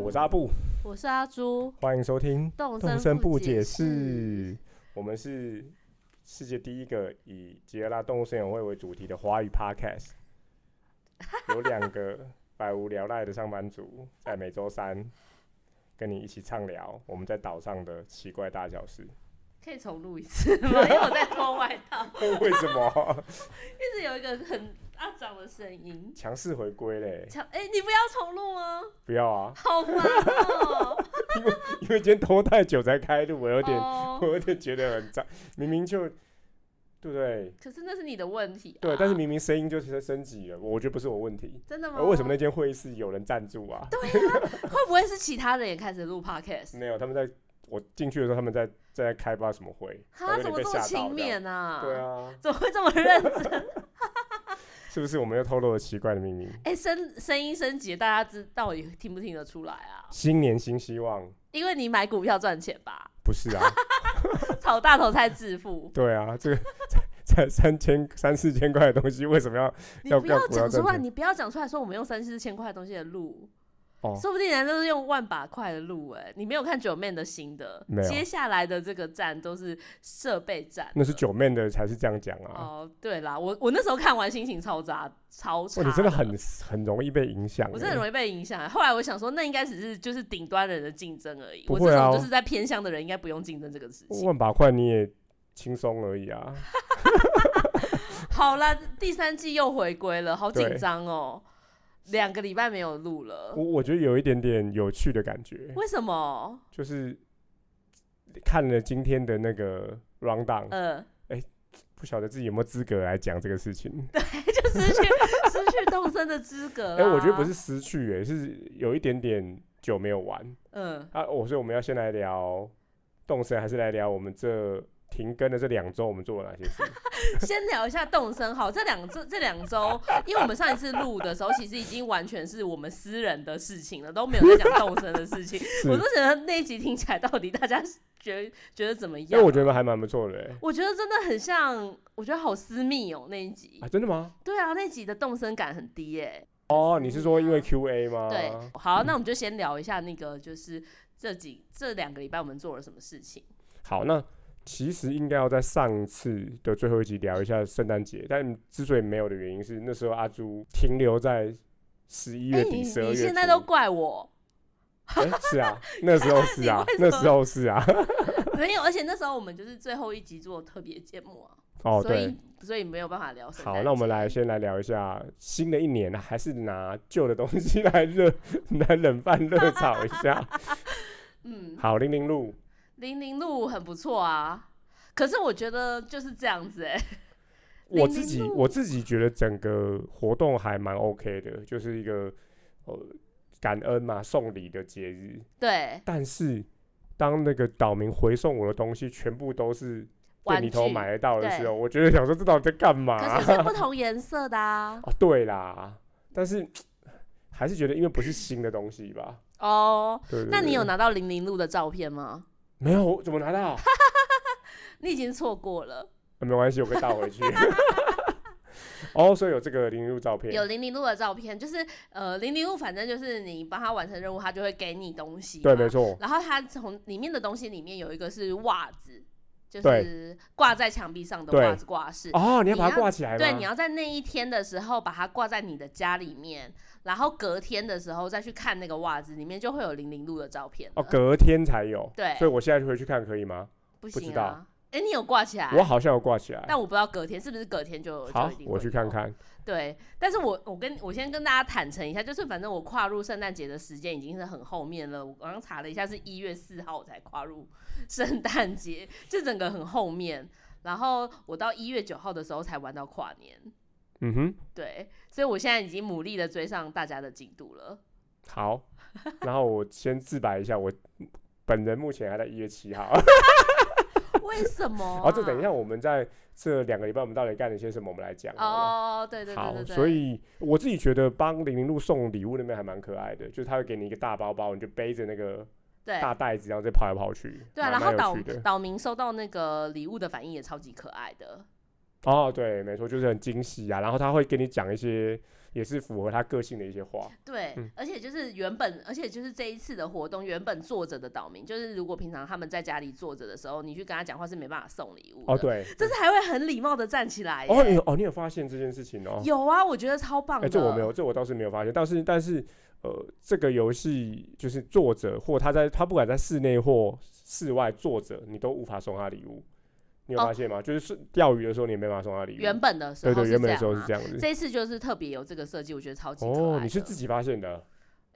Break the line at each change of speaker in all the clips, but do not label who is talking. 我是阿布，
我是阿朱，
欢迎收听《
动
动
声
声不
解
解释》。我们是世界第一个以杰拉动物森友会为主题的华语 Podcast，有两个百无聊赖的上班族在每周三跟你一起畅聊我们在岛上的奇怪大小事。
可以重录一次吗？因为我在脱外套，
为什么
一直有一个很阿长的声音。
强势回归嘞？
强，哎、你不要重录吗？
不要啊，
好烦哦、
因为今天拖太久才开录，我有点、
哦
我有点觉得很脏，明明就对不对？
可是那是你的问题、啊。哦
对，但是明明声音就是升级了，我觉得不是我问题。
真的吗？
而为什么那间会议室有人赞助 啊？
会不会是其他人也开 始录 podcast？
没有，他们在我进去的时候，他们在在开不知道什么会，我
哈，
有点
怎么
被
这
吓
么
到。
勤
这样
勉啊？
对，啊，
怎么会这么认 真？
是不是我们又透露了奇怪的秘密？
哎、声声音升级，大家知到底听不听得出来啊？
新年新希望，
因为你买股票赚钱吧，
不是 啊？
炒大头菜致富。
对啊，这个才才三千三四千块的东西，为什么要
你
要
不
要
要
不要赚
讲出来，
钱
你不要讲出来说我们用三四千块的东西的录，
哦
说不定人家都是用万把块的录哎、你没有看九妹的新的
没，有
接下来的这个站都是设备站，
那是九妹的才是这样讲啊？
哦、对啦，我我那时候看完心情超渣超差
哇，你真的很很容易被影响欸。
我真的很容易被影响。后来我想说，那应该只是就是顶端人的竞争而已。
不
我
会
这
啊
种就是在偏向的人，应该不用竞争这个事情。
万把块你也轻松而已啊。
好啦，第三季又回归了，好紧
对
张哦，两个礼拜没有录了
我，我觉得有一点点有趣的感觉，
为什么？
就是看了今天的那个 round down，、
呃，
不晓得自己有没有资格来讲这个事情。
就失去失去动身的资格
哎、
啦。
我觉得不是，失去、哎，是有一点点久没有玩
嗯，
啊。我、所以我们要先来聊动身，还是来聊我们这停更的这两周我们做了哪些 事？
先聊一下动身好。这两这这两周，因为我们上一次录的时候，其实已经完全是我们私人的事情了，都没有在讲动身的事情。
是
我都觉得那一集听起来到底大家觉觉得怎么
因
样、
为哎我觉得还蛮不错的、哎
我觉得真的很像，我觉得好私密哦、那一集。
啊，真的吗？
对啊，那一集的动身感很低耶、
哦，你是说因为 Q&A 吗？
嗯对，好，
嗯
那我们就先聊一下那个，就是这几这两个礼拜我们做了什么事情。
好，那其实应该要在上次的最后一集聊一下圣诞节，但之所以没有的原因是那时候阿朱停留在十一
哎、
月
你
底、十二、
你
月初。
现 在都怪我，
哎是 啊，那时候是啊
你，
那
为什么
时候是啊，
没有，而且那时候我们就是最后一集做特别节目啊，
哦
所
对
以。所以没有办法聊什么。
好，那我们来先来聊一下新的一年，还是拿旧的东西来热 来冷饭热炒一 下。
嗯，
好，零零路，
零零路很不错啊，可是我觉得就是这样子哎、
我
00
自己
路
我自己觉得整个活动还蛮 OK 的，就是一个呃感恩嘛送礼的节日，
对，
但是当那个岛民回送我的东西全部都是店
玩
里
具，
头买得到的时
对
候，我觉得想说这到底在干嘛、
可是是不同颜色 的啊。
哦，对啦，但是还是觉得因为不是新的东西吧。
哦，
对对
那你有
对
拿到零零路的照片吗？
没有？我怎么拿到？啊
你已经错过了，
没关系，我可以倒回去。 哦，所以有这个零入照片，
有零零路的照片，就是呃，零零路反正就是你帮他完成任务，他就会给你东西。
对，没。错，
然后他从里面的东西里面有一个是袜子，就
对
是挂在墙壁上的
对
袜子挂饰。
哦，你要
你
把它
要
挂起来吗？
对，你要在那一天的时候把它挂在你的家里面，然后隔天的时候再去看那个袜子，里面就会有零零路的照片了。
哦，隔天才有，
对
所以我现在就回去看可以吗？
不
不知
行
道
啊！哎、你有挂起来？
我好像有挂起来，
但我不知道隔天是不是隔天就就
好
一定，
我
会
去看
有。
看。
对，但是我我跟我先跟大家坦诚一下，就是反正我跨入圣诞节的时间已经是很后面了。我刚刚查了一下，是一月四号我才跨入 圣诞节，这整个很后面。然后我到一月九号的时候才玩到跨年，
嗯哼，
对，所以我现在已经努力的追上大家的进度了。
好，然后我先自白一下，我本人目前还在一月七号。
为什么、啊？
然后哦这等一下，我们在这两个礼拜我们到底干了些什么，我们来讲好了。
哦，对对对
好
对，对，
所以我自己觉得帮零零路送礼物那边还蛮可爱的，就是他会给你一个大包包，你就背着那个
对
大袋子，然后再跑来跑去，
对啊，
蛮
然后
蛮有
岛
趣的。
岛民收到那个礼物的反应也超级可爱的，
哦，对，没错，就是很惊喜啊。然后他会跟你讲一些也是符合他个性的一些话。
对，
嗯
而且就是原本，而且就是这一次的活动，原本坐着的岛民，就是如果平常他们在家里坐着的时候，你去跟他讲话是没办法送礼物的，
哦，对，
但是还会很礼貌的站起来耶。
哦，你有哦，你有发现这件事情哦？
有啊，我觉得超棒
哎、
的。
这我没有，这我倒是没有发现。但是，但是，呃，这个游戏就是作者或他在他不管在室内或室外作者，你都无法送他礼物。你有
哦
发现吗？就是是钓鱼的时候，你也没办法送他礼物。
原本的时候
对对，
是
原本
这
的时
样
候是
嘛
这样子。
这一次就是特别有这个设计，我觉得超级可爱的。
哦，你是自己发现的，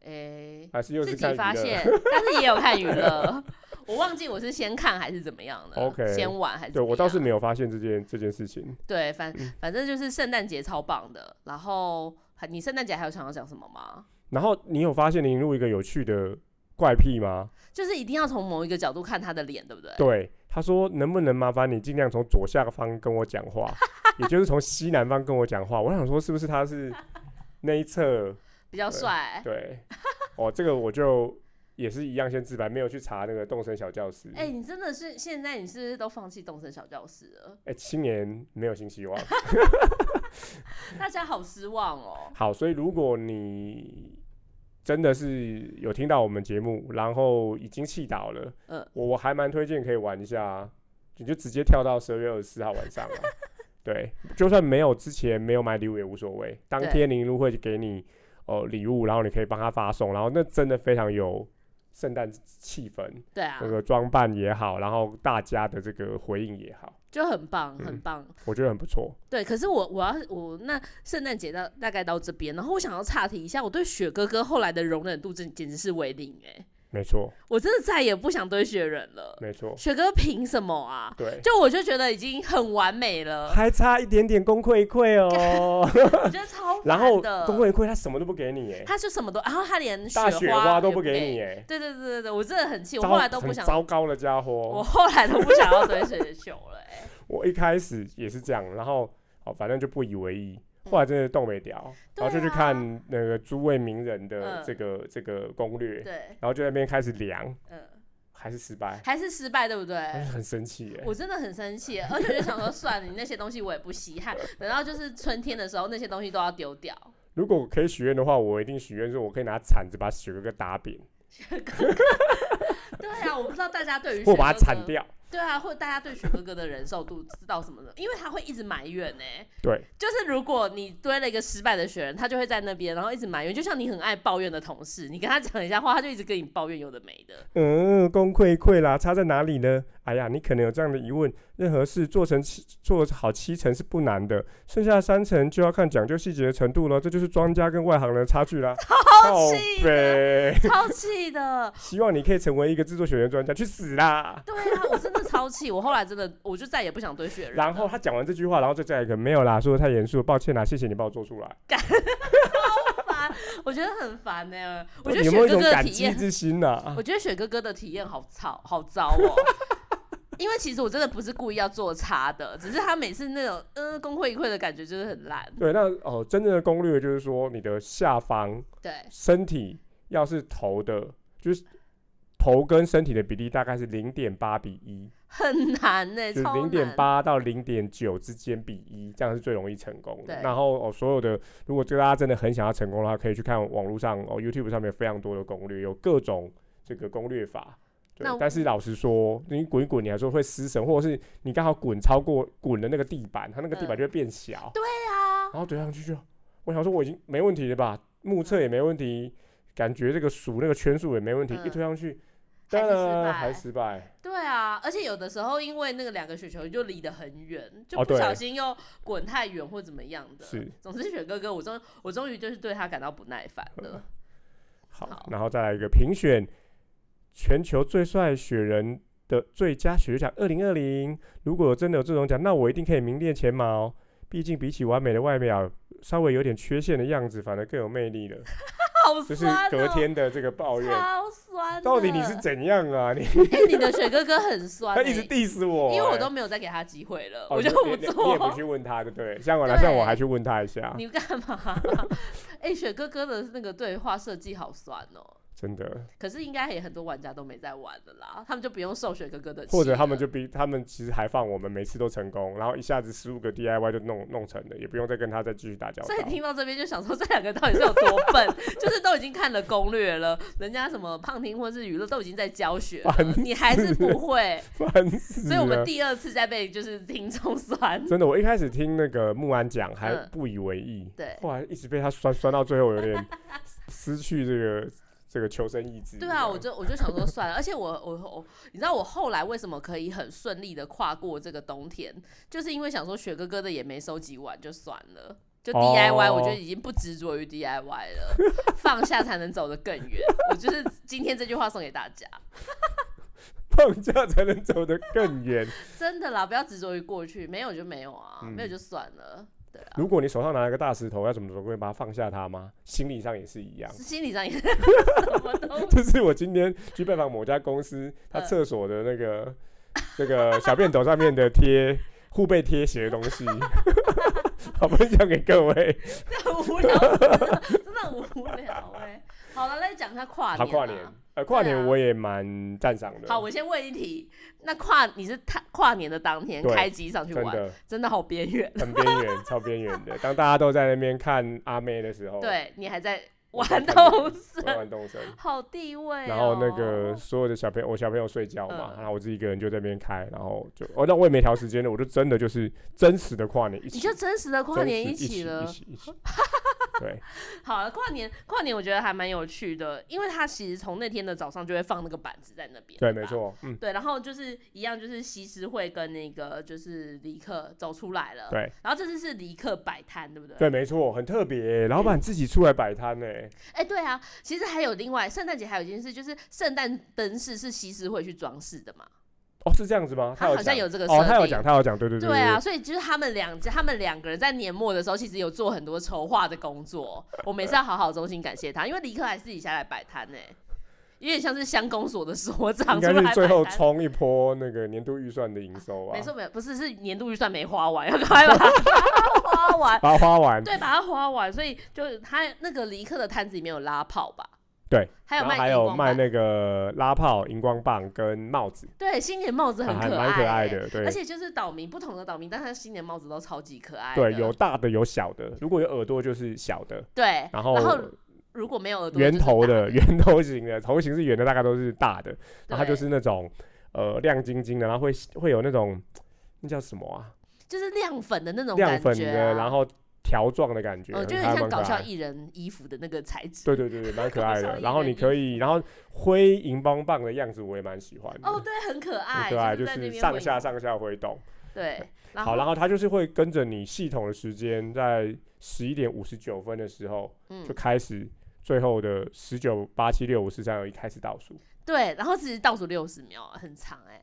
诶、
还是又是
自
看
己
娱
发
乐
现，但是也有看娱 乐。我忘记我是先看还是怎么样的
OK
先玩还是
对
怎么
我倒
样
是没有嗯发现这件这件事情。
对，反反正就是圣诞节超棒的。然后还你圣诞节还有想要讲什么吗？
然后你有发现林露一个有趣的怪癖吗？
就是一定要从某一个角度看他的脸，对不对？
对，他说能不能麻烦你尽量从左下方跟我讲话，也就是从西南方跟我讲话。我想说是不是他是那一侧？
比较帅。
对，哦，这个我就也是一样先自白，没有去查那个动身小教室。
哎、你真的是现在你是不是都放弃动身小教室了？
哎，青年没有新希望。
大家好失望哦。
好，所以如果你真的是有听到我们节目，然后已经气倒了，
嗯
我我还蛮推荐可以玩一下啊，你就直接跳到十二月二十四号晚上 啊。对，就算没有之前没有买礼物也无所谓，当
对
天林如会给你呃礼物，然后你可以帮他发送，然后那真的非常有圣诞气氛，
对啊
那，个装扮也好，然后大家的这个回应也好，
就很棒，很
嗯
棒。
我觉得很不错。
对，可是我我要我那圣诞节到大概到这边，然后我想要岔题一下，我对雪哥哥后来的容忍度真简直是为零哎、
没错，
我真的再也不想堆雪人了。
没错，
雪哥凭什么啊？
对，
就我就觉得已经很完美了，
还差一点点功亏一篑 哦。
我觉得超
然后
烦的
工会会他什么都不给你耶，
他就什么都，然后他连
大
雪
雪花都
也
不给你
给。
耶，
对对对对对，我真的很气，我
糟
后来都不
很
想，
糟糕的家
我
伙。
后来都不想要堆雪球了、 欸。
我一开始也是这样，然后哦反正就不以为意，后来真的动没掉，
嗯对
然后就去
啊
看那个诸位名人的
嗯
这个这个攻略，
对，
然后就在那边开始量，
嗯，
还是失败，
还是失败，对不对？
哎很生气耶。
我真的很生气，而且我就想说，算了，你那些东西我也不稀罕，等到就是春天的时候，那些东西都要丢掉。
如果我可以许愿的话，我一定许愿说我可以拿铲子把雪哥哥打扁，
对啊，我不知道大家对于
或
雪
把他
哥
铲
哥，
掉。
对啊，或者大家对雪哥哥的忍受度知道什么的，因为他会一直埋怨呢、
对，
就是如果你堆了一个失败的雪人，他就会在那边，然后一直埋怨，就像你很爱抱怨的同事，你跟他讲一下话，他就一直跟你抱怨有的没的。
嗯，功亏一篑啦，差在哪里呢？哎呀，你可能有这样的疑问，任何事做成七做好七成是不难的，剩下三成就要看讲究细节的程度了，这就是庄家跟外行人的差距 啦。好
气哦
呗，
超气的。
希望你可以成为一个制作选员专家，去死啦！
对啊，我真的超气，我后来真的我就再也不想堆雪人了。
然后他讲完这句话，然后再再一个没有啦，说的太严肃，抱歉啦，谢谢你帮我做出来。
烦，我觉得很烦呢、我觉得
有没
雪
有一
哥
种
哥的
感
体
激
验，
之心呐、啊？
我觉得雪哥哥的体验好糟，好糟哦。因为其实我真的不是故意要做差的，只是他每次那种呃功亏一篑的感觉就是很烂。
对，那哦，真正的攻略就是说，你的下方
对，
身体要是头的，就是头跟身体的比例大概是零点八比一，
很难呢、
就是
哎超
零
难。
点八到零点九之间比一，这样是最容易成功的。
对
然后哦，所有的如果这个大家真的很想要成功的话，可以去看网络上哦 YouTube 上面有非常多的攻略，有各种这个攻略法。对
那，
但是老实说，你滚一滚，你还说会失神，或者是你刚好滚超过滚的那个地板，它那个地板
嗯
就会变小。
对啊，
然后怼上去就，我想说我已经没问题了吧，目测也没问题，感觉这个数那个圈数也没问题，
嗯
一推上去，
还是失败
然还失败，
对啊，而且有的时候因为那个两个雪球就离得很远，就
哦
不
对
小心又滚太远或怎么样的。
是，
总之雪哥哥，我终我终于就是对他感到不耐烦
嗯
了。
好，
好
然后再来一个评选全球最帅雪人的最佳雪球奖二零二零，如果真的有这种奖，那我一定可以名列前茅，毕竟比起完美的外表，稍微有点缺陷的样子，反而更有魅 力了，
好
就
酸、哦，
是隔天的这个抱怨。
超酸的。
到底你是怎样啊？你
哎、你的雪哥哥很酸、
他
欸，
一直 diss 我、
因为我
哎
都没有再给他机会了，
哦
我
你
就
你你
不
你也不
做。
去问他，对不对？像我来，
对
像我还去啊问他一下，
你干嘛？哎、雪哥哥的那个对话设计好酸哦、
真的，
可是应该也很多玩家都没在玩的啦，他们就不用受雪哥哥的气了，
或者他们就比他们其实还放我们每次都成功，然后一下子十五个 DIY 就弄弄成了，也不用再跟他再继续打交道
所。以听到这边就想说，这两个到底是有多笨？就是都已经看了攻略了，人家什么胖听或是娱乐都已经在教学了
烦，
你还是不会，
烦死了！
所以我们第二次再被就是听众酸。
真的，我一开始听那个木安讲还
嗯
不以为意，
对
后来一直被他酸酸到最后有 点失去这个这个求生意志。
对啊，我
这样
就我就想说算了，而且我我我，你知道我后来为什么可以很顺利的跨过这个冬天，就是因为想说雪哥哥的也没收集完就算了。就
哦
DIY，我觉得已经不执着于 DIY 了，放下才能走得更远。我就是今天这句话送给大家。
放假才能走得更 远。
真的啦，不要执着于过去，没有就没有啊，
嗯
没有就算了，对啊。
如果你手上拿了个大石头，要怎么总会把它放下它吗？心理上也是一样。
心理上也 什么 都
就是我今天去拜访某家公司，他
嗯
厕所的那个那个小便斗上面的 贴护背贴写的东西， 好分享给各位。
很无聊死了，真的很无聊哎、好了，来讲一下跨
好，
年、啊。
跨年，呃，跨
对啊
年我也蛮赞赏的。
好，我先问一题，那跨你是他跨年的当天
对
开机上去
真
玩，真的
的
好边缘。
很边 缘，超边缘的。当大家都在那边看阿妹的时候，，
对你还在
我
玩
在哦看
到死，
玩动 身。
好地位、哦。
然后那个所有的小朋友，我小朋友睡觉嘛，
嗯
然后我自己一个人就在那边开，然后就哦，那我也没调时间的，我就真的就是真实的跨年一起，
你就真实的跨
真
年
实
一
一
起了
一，起一 起对，
好，跨年跨年我觉得还蛮有趣的，因为他其实从那天的早上就会放那个板子在那边。
对，没。错，嗯，
对，然后就是一样，就是西施会跟那个就是李克走出来了。。
对
然后这次是李克摆摊，对呃不对？。嗯
对，没错，很特别耶，老板自己出来摆摊呢，
哎，对啊，其实还有另外圣诞节还有一件事，就是圣诞灯饰是西施会去装饰的嘛。
哦，是这样子吗？
他
有
好像
讲
有这个
哦，
设
他有
定
讲，他有讲，对对对
对啊，，所以就是他们两家，他们两个人在年末的时候，其实有做很多筹划的工作。我们也是要好好衷心感谢他，因为李克还私底下来摆摊呢、有点像是乡公所的所长
应
出
该
来摆
是最后
摊
冲一波那个年度预算的营收啊
没，错，没有，不是是年度预算没花完，要赶快把它 花完。
把它花完，
对，把它花完，所以就是他那个离克的摊子里面有拉炮吧？
对，
还有
然后
卖
还
荧
有
光
卖
棒
那个拉炮、荧光棒跟帽子，
对新年帽子很
啊还
可
蛮可爱
爱欸，
的，对
而。且就是岛民不同的岛民，但他新年帽子都超级可爱的。
对，有大的有小的，如果有耳朵就是小的，
对，
然后
如果没有耳朵
圆
就是
头
大
的、圆头型的、头型是圆的，大概都是大的。然后它就
对
是那种呃亮晶晶的，然后会会有那种那叫什么啊？
就是亮粉的那种
亮
感
粉
觉
的，
啊，
然后条状的感觉，
呃就有
还
点
蛮
像
可
搞笑
爱。
艺人衣服的那个材质。
对对对对，蛮可爱
搞笑
的。
艺
然后
人
你
衣
可以，然后挥荧光棒的样子，我也蛮喜欢的。
哦，对，很可爱，
很可爱，就
就
是
在那
是
边
上
挥
下
舞
上下挥动。
对，然
好，
后
然后它就是会跟着你系统的时间，在十一点五十九分的时候
嗯
就开始最后的十九八七六五四三二一开始倒数。
对，然后只是倒数六十秒，很长哎、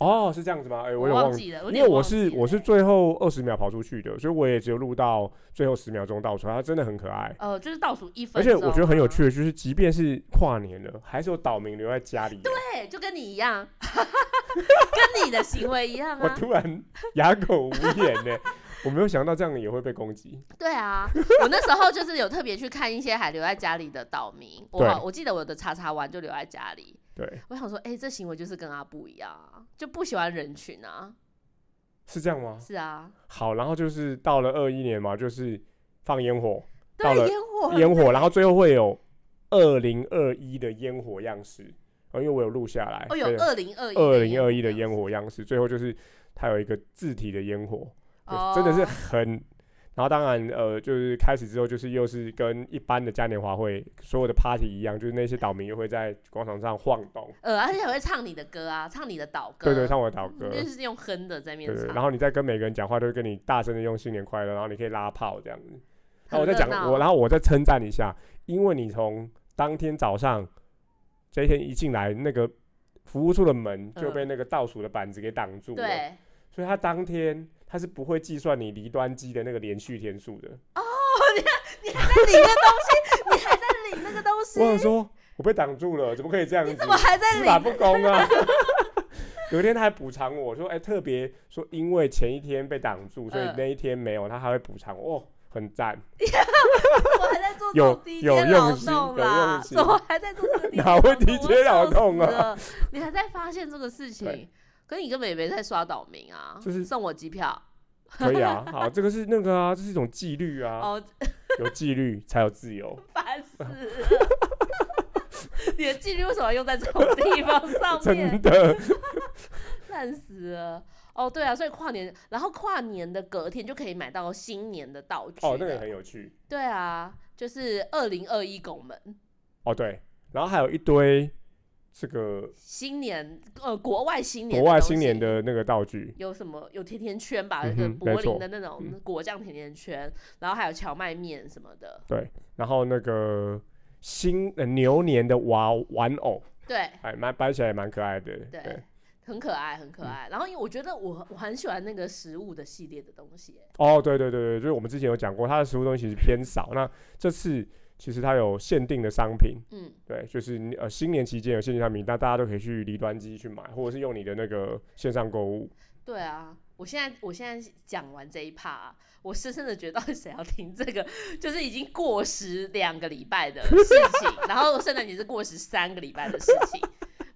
哦，是这样子吗？哎，我有点
忘
记
记了，有
因
点
为我
忘记
是我
了
是最后二十秒跑出去的，所以我也只有录到最后十秒钟倒出来，它真的很可爱。
呃，就是倒数一分
而
钟
且
啊，
我觉得很有趣的就是，即便是跨年了，还是有岛民留在家里。对，
对，就跟你一样， 跟你的行为一样
我
啊，
突然 哑口无言呢、我没有想到这样也会被攻击。
对啊，我那时候就是有特别去看一些还留在家里的岛民，我
对
好我记得我的查查完就留在家里，
对，
我想说，哎、这行为就是跟阿布一样啊，就不喜欢人群啊，
是这样吗？
是啊，
好，然后就是到了二一年嘛，就是放烟火，到了
对，烟火很
烟火，然后最后会有二零二一的烟火样式。哦，因为我有录下来。
哦，有
对
二零二一，
二零二一的
烟
烟火样式，最后就是它有一个字体的烟火，
火哦
就真的是很。然后当然，呃，就是开始之后，就是又是跟一般的嘉年华会所有的 party 一样，就是那些岛民又会在广场上晃动，
呃，而且还会唱你的歌啊，唱你的岛歌，
对对，唱我的岛歌，
嗯就是用哼的在面
对对。
唱，
然后你再跟每个人讲话，都会跟你大声的用新年快乐，然后你可以拉炮这样子。然哦后我再
很热
讲
闹
我，然后我再称赞一下，因为你从当天早上这一天一进来，那个服务处的门就被那个倒数的板子给挡住了。
嗯对。
所以他当天他是不会计算你离端机的那个连续天数的。
你还在领那东西，你还在领那个东西
我，想说，我被挡住了，怎么可以这样
你
子
怎？么还在
司
领
法？不公啊！ 有一天他还补偿我说，哎、特别说因为前一天被挡住，所以
嗯
那一天没有，他还会补偿我，哦，很赞。
我很还在做这种低阶劳动啦？ 怎么还在做这个低阶劳
哪会提阶劳动
动？我
啊？
笑死了你还在发现这个事情
对？
可是你根本也没在刷岛民啊，
就是
送我机票
可以啊，好，这个是那个啊，这是一种纪律啊，
哦，
有纪律才有自由。
烦死了！ 你的纪律为什么要用在这种地方上面
真？的，
烂死了！哦，对啊，所以跨年，然后跨年的隔天就可以买到新年的道具了。
哦，那个很有趣。
对啊，就是二零二一拱门
哦，对，然后还有一堆这个
新年，呃，国外新年
国
的
外
东
新年
西
的那个道具，
有什么有甜甜圈吧，
嗯
就
哼
柏
没
林
错嗯
的那种果酱甜甜圈，然后还有荞麦面什么的。
然后那个新呃牛年的娃玩偶，
对
哎，蛮摆起来也蛮可爱的。
对，很可爱，很可
嗯
爱。然后因为我觉得我我很喜欢那个食物的系列的东西耶，
哦，对对对对，就是我们之前有讲过，它的食物东西其实偏少。那这次其实它有限定的商品，
嗯，
对，就是你呃新年期间有限定商品，那大家都可以去离端机去买，或者是用你的那个线上购物。
对啊，我现在我现在讲完这一趴、啊，我深深的觉得到底谁要听这个， 就是已经过时两个礼拜的事 情，然后圣诞节是过时三个礼拜的事情。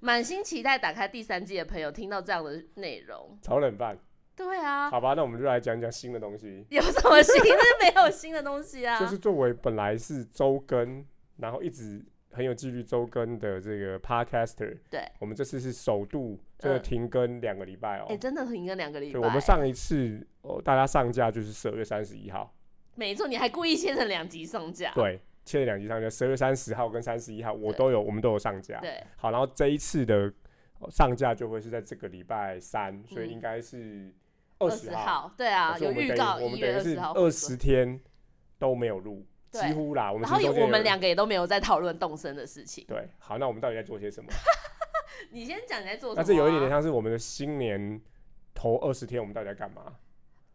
满心期待打开第三季的朋友，听到这样的内容，
炒冷饭，
对啊，
好吧，那我们就来讲讲新的东西，
有什么新？是没有新的东西 啊。
就是作为本来是周更，然后一直很有纪律周更的这个 podcaster，
对，
我们这次是首度真的
嗯
停更两个礼拜哦
哎、。真的停更两个礼拜。
对，我们上一次哦，大家上架就是十二月三十一号，
没错，你还故意切成两集上架。
对，切了两集上架，十二月三十号跟三十一号我都有，我们都有上架。
对
好，然后这一次的呃上架就会是在这个礼拜三，所以
嗯
应该是二
二
十
十
号。
号，对啊，
所以
有
我们
预
等于
告
我
一
们
月
等
二
于
十
是
号
二十天都没有录，
对
几乎啦。我们
然
是
后有
中间
我们
有
两个也都没有在讨论动身的事情。
对，好，那我们到底在做些什么？
你先讲你在做什么、
那
啊？
这有一点点像是我们的新年头二十天，我们到底在干嘛？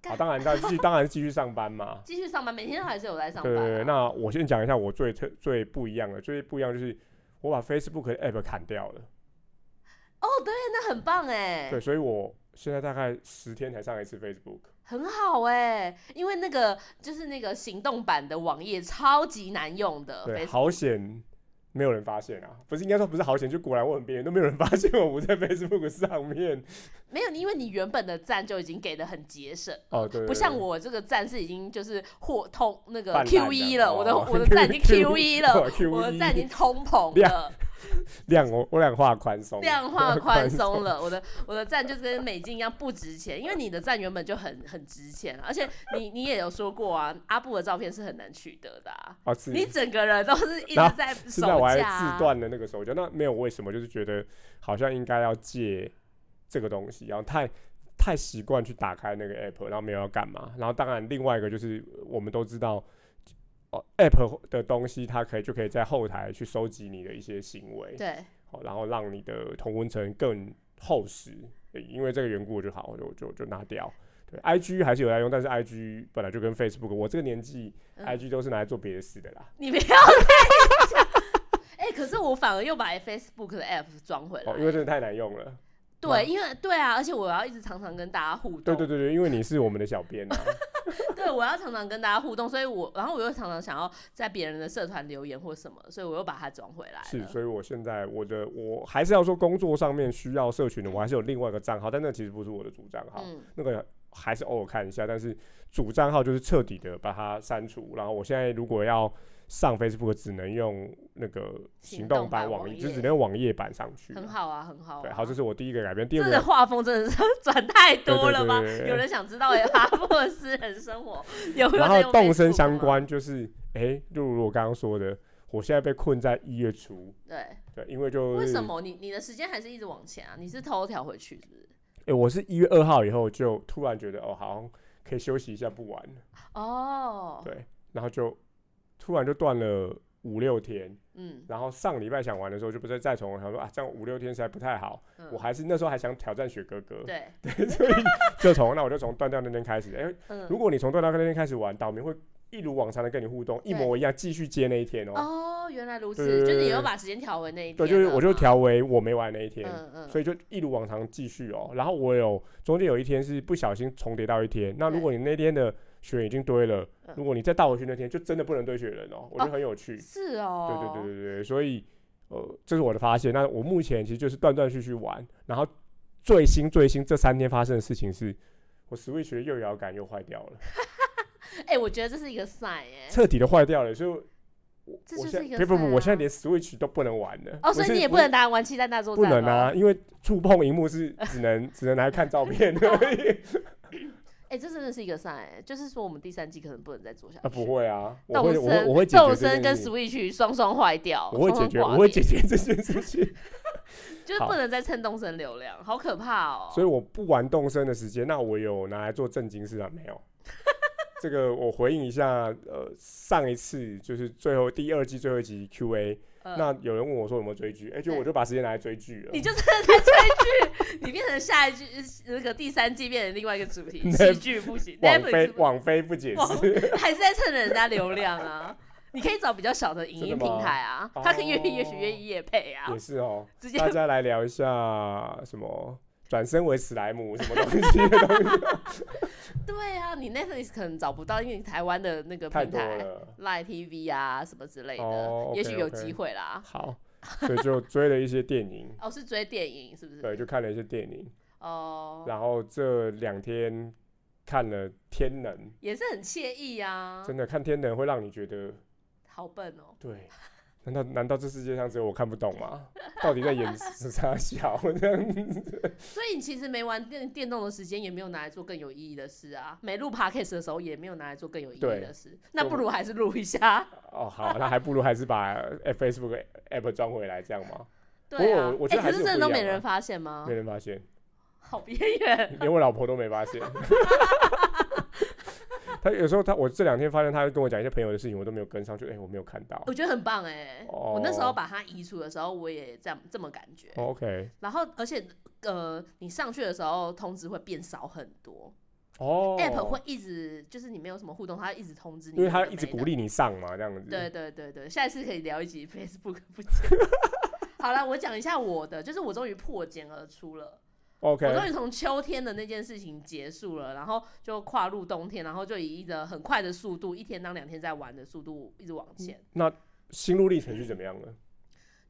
干
好，当然，当然继续，当然是继续上班嘛。
继续上班，每天都还是有在上班、
对
啊。
对对，那我先讲一下我最特最不一样的，最不一样就是我把 Facebook 的 app 砍掉了，
哦，对，那很棒哎，
对，所以我现在大概十天才上一次 Facebook，
很好哎，因为那个就是那个行动版的网页超级难用的，
对，
哦 Facebook
好险没有人发现啊，不是应该说不是好险，就果然我很边缘，都没有人发现我不在 Facebook 上面，
没有，因为你原本的赞就已经给的很节省，
哦对对
不像
对
我这个赞是已经就是或通那个
泛滥的
Q 一了，我的
哦
我的赞已经 Q 一了，
哦 Q
我的
一
赞已经通膨了
量，量我我量化 宽松，
量化宽松了，我的我的赞就跟美金一样不值钱，因为你的赞原本就很很值钱、啊，而且你你也有说过啊，阿布的照片是很难取得的、啊。
啊是
你整个人都是一直
然后
在
现
手
在我还
架、
自
啊，
断了那个手机，那没有为什么，就是觉得好像应该要戒这个东西，然后太太习惯去打开那个 app，然后没有要干嘛。然后当然另外一个就是呃我们都知道，哦 app 的东西它可以就可以在后台去收集你的一些行为，
对，
好，然后让你的同温层更厚实。对因为这个缘故，我就好，我就就就拿掉。对，IG 还是有在用，但是 IG 本来就跟 Facebook，我这个年纪、
嗯
IG 都是拿来做别的事的啦。
你不要再讲哎、可是我反而又把 Facebook 的 app 装回来，
哦，因为真的太难用了。
对，因为对啊，而且我要一直常常跟大家互动，
对对对对，因为你是我们的小 编啊，
对，我要常常跟大家互动，所以我，然后我又常常想要在别人的社团留言或什么，所以我又把它装回来
是，
了。
所以我现在我的我还是要说工作上面需要社群的，我还是有另外一个账号，但那其实不是我的主账号，
嗯，
那个还是偶尔看一下，但是主账号就是彻底的把它删除。然后我现在如果要上 Facebook，只能用那个行
行动
动版
版
网
网
页，就
页
只能用网页版上去啊。
很好啊，很好、啊。
对，好，这是我第一个改变，第
这
二
的
个
画风真的是 转太多了吧？
对对对对对
有人想知道哎，哈布的私人生活有没有
然
在
后
用
动身
Facebook
相
吗？
关就是，诶，就如我刚刚说的，我现在被困在一月初，
对，
对，因为就是
为什么你你的时间还是一直往前啊？你是偷偷调回去是不是？
欸，我是一月二号以后就突然觉得哦，好像可以休息一下，不玩了，
哦，
对，然后就突然就断了五六天，
嗯，
然后上礼拜想玩的时候就不是再重，想说啊，这样五六天实在不太好，
嗯
我还是那时候还想挑战雪哥哥，
对，
所以就从那我就从断掉那天开始，因为
嗯，
如果你从断掉那天开始玩，岛民会一如往常的跟你互动，一
对
模一样，继续接那一天哦，
哦，原来如此，
对对对
就是你
对
又把时间调回那一天
对，就是
了
我就
嘛，
调为我没玩那一天，
嗯嗯，
所以就一如往常继续哦。然后我有中间有一天是不小心重叠到一天，那如果你那天的雪人已经堆了
嗯，
如果你再倒回去那天，就真的不能堆雪人哦。我觉得很有趣。
是
对
哦，
对对对对，所以呃，这是我的发现。那我目前其实就是断断续续玩，然后最新最新这三天发生的事情是，我 Switch 的右摇杆又坏掉了，
对，哎、我觉得这是一个赛哎、
彻底的坏掉了，所以我。我
这就
我
是
现
一个
在不不
赛
不，我
啊
现在连 Switch 都不能玩了。
哦，所以
我是
你也不
我
能打玩七蛋大作
不
战
能
咯
啊，因为触碰荧幕是只 能只能来看照片而已
哎、这真的是一个赛、欸，就是说我们第三季可能不能再做下去。
啊，不会啊，我
动
会我会
森
我会解决
动
这件
森跟
事情
Switch 双双坏掉，
我会
双
解
双
决
挂
我会
脸
解决这件事 情，
就是
好
不能再蹭动森流量，好可怕哦！
所以我不玩动身的时间，那我有拿来做正经事啊没有？这个我回应一下，呃，上一次就是最后第二季最后一集 Q&A，、
呃
那有人问我说有没有追剧，哎、就
对
我就把时间拿来追剧了
你。就真的在追剧，你变成下一句 那个第三季变成另外一个主 题，
Netf-
喜剧不行
网飞
，Netflix 不
网飞不解
网
释，
还是在蹭人家流量啊。你可以找比较小的影音
真的吗
平台啊，
哦
他可以愿意也许愿意也配啊
也，是哦。
直接
大家来聊一下什么转身为史莱姆什么东西的东西
对啊，你 Netflix 可能找不到，因为你台湾的那个
太
平
多
台
了。
Live TV 啊什么之类的
哦，
也许有
OK，OK
机会啦。，
好，所以就追了一些电影
哦，是追电影是不是？
对，就啊看了一些电影，
哦，
然后这两天看了《天能
也是很惬意啊》，，
真的看《天能》会让你觉得，
好笨哦。
对，难道难道这世界上只有我看不懂吗？到底在演啥小 这样子？
所以你其实没玩电电动的时间，也没有拿来做更有意义的事啊。没录 podcast 的时候，也没有拿来做更有意义
对
的事。那不如还是录一下。
哦，好，那还不如还是把呃 Facebook app 装回来，这样吗？
对啊，
不过我我
哎
觉得
可
还
是
是有
真的
不
都
一
没
样啊
人发现吗
没？人发现，
好边缘，
连我老婆都没发现。 他有时候他，我这两天发现他会跟我讲一些朋友的事情，我都没有跟上，就哎、我没有看到。
我觉得很棒哎、
哦
我那时候把它移除的时候，我也这样这么感觉。
哦 OK，
然后，而且呃，你上去的时候通知会变少很多、
哦
a p p 会一直就是你没有什么互动，它一直通知你，
因为他一直鼓
励。
励你上嘛，这样子。
对对对对，下一次可以聊一集 Facebook 不见。好了，我讲一下我的，就是我终于破茧而出了，我终
，OK，
于从秋天的那件事情结束了，然后就跨入冬天，然后就以一个很快的速度，一天当两天在玩的速度一直往
嗯
前，
心路历程是怎么样的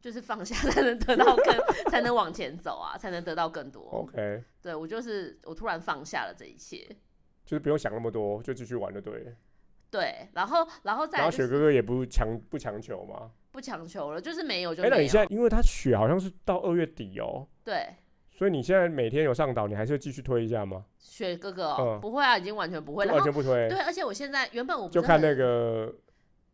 就是放下才能得到更，才能往前走啊，才能得到更多。
？OK，
对我就是我突然放下了这一切，
就是不用想那么多，就继续玩就对了。
对，然后然后再
然后
来就
雪
是
哥哥也不强不强求嘛。
不强求了，就是没有就哦
哎，那
没
你现
有，
在因为他雪好像是到二月底哦，
对。
所以你现在每天有上岛，你还是会继续推一下吗？
雪哥哥、哦
嗯
不会啊，已经完全不会。
就
然
完
后
全不推，
对，而且我现在原本我不
就是看
很
那个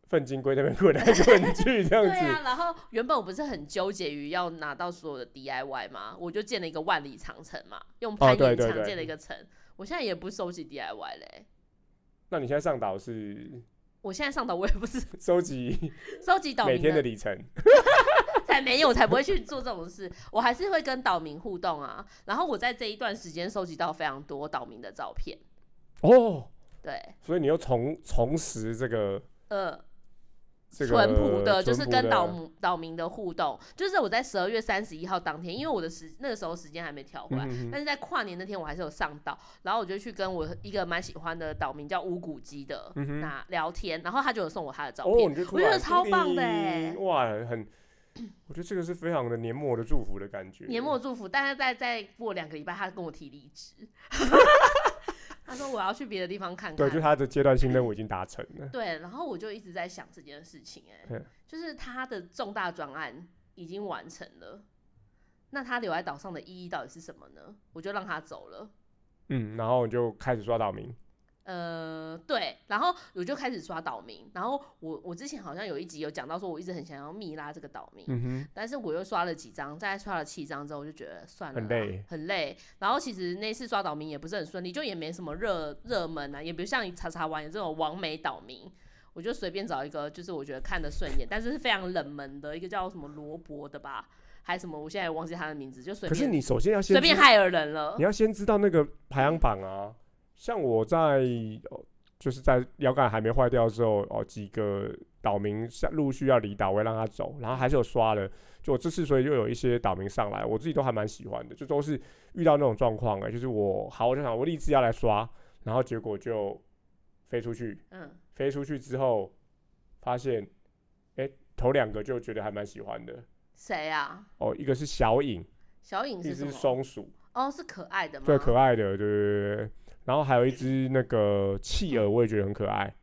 粪金龟那边滚来滚去这样
对
子。
啊，然后原本我不是很纠结于要拿到所有的 DIY 嘛，我就建了一个万里长城嘛，用攀
哦对
岩
对
墙
对
建了一个城。我现在也不收集 DIY 嘞、
那你现在上岛是
我现在上岛我也不是
收集
收集岛
每
民
天的
的，
里程？
啊才没有，我才不会去做这种事。我还是会跟岛民互动啊。然后我在这一段时间收集到非常多岛民的照片，
哦，
对，
所以你又重重拾这个
呃，
这个
淳朴的，就是
淳朴
跟
的
岛民岛民的互动，就是我在十二月三十一号当天，因为我的时那个时候时间还没调回来，
嗯嗯嗯
但是在跨年那天我还是有上岛，然后我就去跟我一个蛮喜欢的岛民叫乌骨鸡的
嗯哼
那聊天，然后他就有送我他的照
哦，
片，
你就突
我觉得
然
超棒的
叮
欸
哇，很，我觉得这个是非常的年末的祝福的感觉。
年末祝福，但是再再过两个礼拜，他跟我提离职， 他说我要去别的地方看
对，就
看。
他的阶段性任务已经达成了。
对，然后我就一直在想这件事情、哎
嗯，
就是他的重大专案已经完成了，那他留在岛上的意义到底是什么呢？我就让他走了。
嗯，然后你就开始刷岛民。
呃，对，然后我就开始刷岛民，然后我我之前好像有一集有讲到说，我一直很想要蜜拉这个岛民，
嗯
但是我又刷了几张，大概刷了七张之后，我就觉得算了啦，
很累
很累。然后其实那次刷岛民也不是很顺利，就也没什么热热门啊，也不像查查网有这种完美岛民。我就随便找一个，就是我觉得看得顺眼，但是是非常冷门的一个叫什么罗伯的吧，还是什么，我现在也忘记他的名字，就
哼。
随
可是
便
你首先要先
随便
知
害了人了
你。要先知道那个排行榜啊。像我在哦就是在摇杆还没坏掉的时候，哦，几个岛民下陆续要离岛，我会让他走，然后还是有刷了。就我这次，所以又有一些岛民上来，我自己都还蛮喜欢的，就都是欸遇到那种状况哎、就是我好，我就想我立志要来刷，然后结果就。飞出去，
嗯，
飞出去之后发现，哎、头两个就觉得还蛮喜欢的
谁啊？
哦，一个是小影，
小影
一
是什
只
么？
松鼠，
哦，是可爱的吗？
最可爱的，对对对对。然后还有一只那个企鹅，我也觉得很可爱，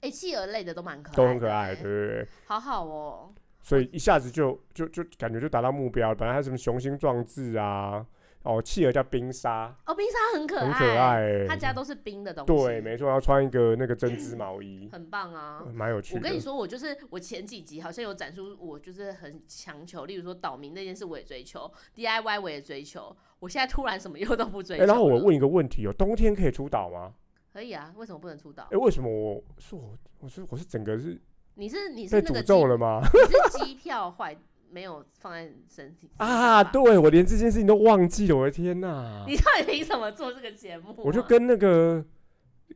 哎、企鹅类的都蛮可爱、
都很可爱，对
的欸，
对对。
好好哦。
所以一下子就就就感觉就达到目标了。本来还有什么雄心壮志啊，哦，企鹅叫冰沙，
哦，冰沙很可
很
爱，
可爱、
他
欸。
家都是冰的东西，
对，没错，然后穿一个那个针织毛衣，
很棒啊。
呃蛮有趣
我跟你
的。
说，我就是我前几集好像有展出，我就是很强求，例如说岛民那件事我也追求，DIY 我也追求，我现在突然什么又都不追
哎、
求了、
然后我问一个问题哦，冬天可以出岛吗？
可以啊，为什么不能出岛
哎、？为什么我是我我是我是整个是
你是你
被
是那
诅
个
咒了吗？
机，你是机票坏没有放在身体
啊，，
身上吧
对，我连这件事情都忘记了，我的天哪！
你到底凭什么做这个节目啊、
我就跟那个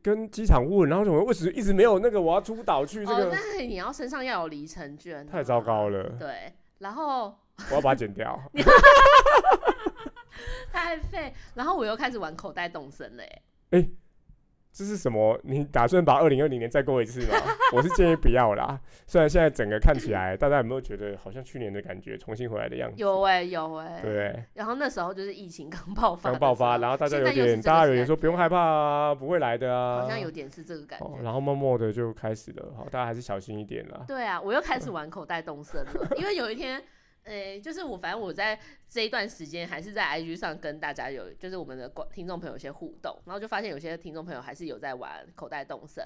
跟机场问，然后怎么为什么一直没有那个我要出岛去这
哦，
个、
那你要身上要有离程券、
太糟糕
了。
了，
对，然后
我要把它剪掉。
太废，然后我又开始玩口袋动森了、欸，
这是什么？你打算把二零二零年再过一次吗？ 我是建议不要啦。虽然现在整个看起来，大家有没有觉得好像去年的感觉重新回来的样子？
有哎、有哎、
对不对，
然后那时候就是疫情 刚爆发，
刚爆发，，然后大家有
现在又是
点，
这个
大家有点
时代
说不用害怕啊，不会来的啊。
好像有点是这个感觉。
哦，然后默默的就开始了。好，大家还是小心一点啦。
对啊，我又开始玩口袋动森了，因为有一天。诶、就是我，反正我在这一段时间还是在 IG 上跟大家有，就是我们的观听众朋友有些互动，然后就发现有些听众朋友还是有在玩口袋动森，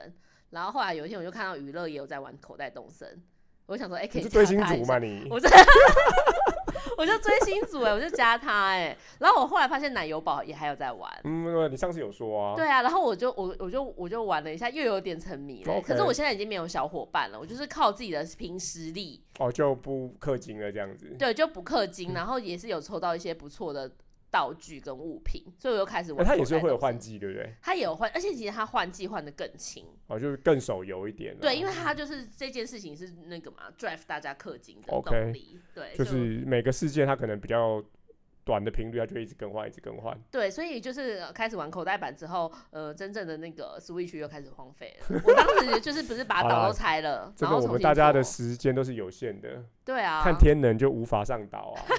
然后后来有一天我就看到娱乐也有在玩口袋动森，我就想说，诶、可
你
以
是追
加
星
他一
族
下
嘛你？
我就我就追星族哎、我就加他哎、然后我后来发现奶油宝也还有在玩。
嗯，对你上次有说啊。
对啊，然后我就我我就我就玩了一下，又有点沉迷了。欸
哦 OK
可是我现在已经没有小伙伴了，我就是靠自己的凭实力，
哦，就不氪金了这样子。
对，就不氪
嗯
金，然后也是有抽到一些不错的道具跟物品，所以我又开始
那
玩。
它哎也是会有换，季，对不对？
他也有换，而且其实他换季换的更勤。
哦，就是更手游一点啦。
对，因为他就是这件事情是那个嘛，drive 大家氪金的
OK，
动力。对，
就
所以我
是每个事件它可能比较短的频率，它就一直更换，一直更换。
对，所以就是呃开始玩口袋版之后，呃，真正的那个 Switch 又开始荒废了。我当时就是不 是把
好啦
岛都拆了，
这
然
个
后
我
重
们
新
大家的
做
时间都是有限的，
对啊，
看天能就无法上岛啊。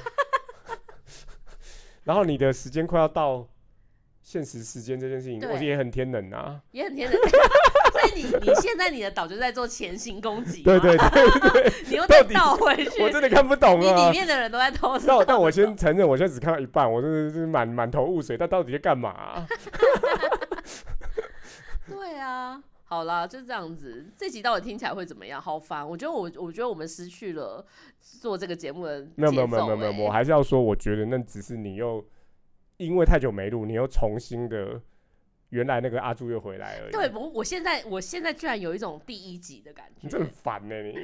然后你的时间快要到现实时间这件事情，
对
我也很天能啊。
也很天真。 所以你你现在你的岛就在做前行攻击，
对，对 对，
你又
到
再
底
倒回去，
我真的看不懂
你里
啊。
面的人都 在偷
但
笑。
我但我先承认，我现在只看到一半，我真的是满满头雾水。他到底在干嘛啊、
对啊，好啦，就这样子。这集到底听起来会怎么样？好烦，我觉得我我觉得我们失去了做这个节目的节奏、欸。
没有没有没有没有没有，我还是要说，我觉得那只是你又因为太久没录，你又重新的原来那个阿朱又回来而已。
对，，我我现在我现在居然有一种第一集的感
你
觉
真。的很烦呢、欸你。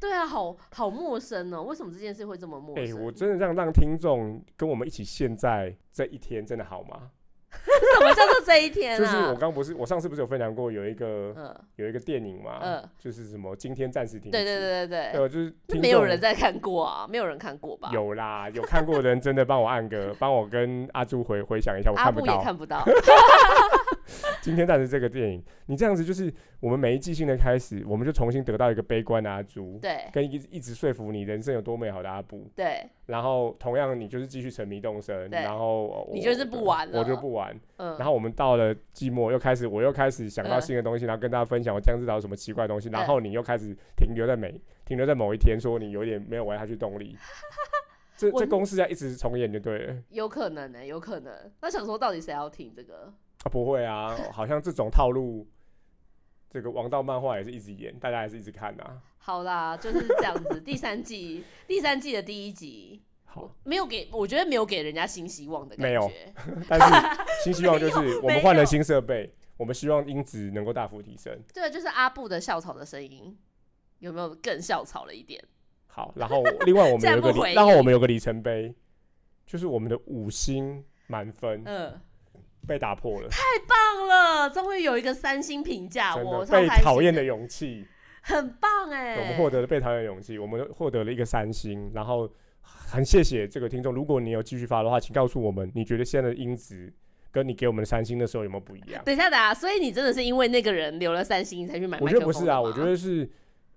对啊，好好陌生哦，为什么这件事会这么陌
哎、
生？
我真的让让听众跟我们一起现在这一天真的好吗？
什么叫做这一天
就是我
啊？
刚不是我上次不是有分享过有一个、
嗯，
有一个电影嘛，
嗯
就是什么今天暂时停止，
对对对
对，
对对，
就是
那
听
没有
众
人在看过啊，没有人看过吧？
有啦，有看过的人真的帮我按个，帮我跟阿朱回回想一下，我
阿
看不
布也
到
看 不到，
今天暂时这个电影，你这样子就是我们每一季新的开始，我们就重新得到一个悲观的阿朱。
对
跟一一直说服你人生有多美好的阿布，
对，
然后同样你就是继续沉迷动身，
对
然后呃
你
我
就是不玩
我就
了
不玩，
嗯，
然后我们到了季末，又开始我又开始想到
嗯
新的东西，然后跟大家分享我江之岛有什么奇怪的东西，然
嗯
后你又开始停留在每停留在某一天，说你有点没有玩下去动 力。这
我
这公式要一直重演就对了
有可能呢、有可能。那想说到底谁要听这个？
啊！不会啊，好像这种套路，这个王道漫画也是一直演，大家还是一直看啊。
好啦，就是这样 子。第三季，第三季的第一集，
好，
没有给，我觉得没有给人家新希望的感
没有
觉。
但是新希望就
没
是
有
我们换了
没有
新设备，我们希望音质能够大幅提升。
对，就是阿布的校草的声音，有没有更校草了一点？
好，然后另外我们
这
有
样
一 个
不回
里，
忆
然后我们有个里程碑，就是我们的五星满分
嗯，
被打破了。
棒了，终于有一个三星评价
真
我，
的
我超
被
开心
讨厌的，勇气，
很棒哎、
我们获得了被讨厌的勇气，我们获得了一个三星，然后很谢谢这个听众。如果你有继续发的话，请告诉我们，你觉得现在的音质跟你给我们三星的时候有没有不一样？
等一下，等一下，所以你真的是因为那个人留了三星，你才去买
我
麦
觉
克
得
风？
不是啊，我觉，得是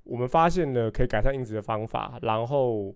我们发现了可以改善音质的方法，然后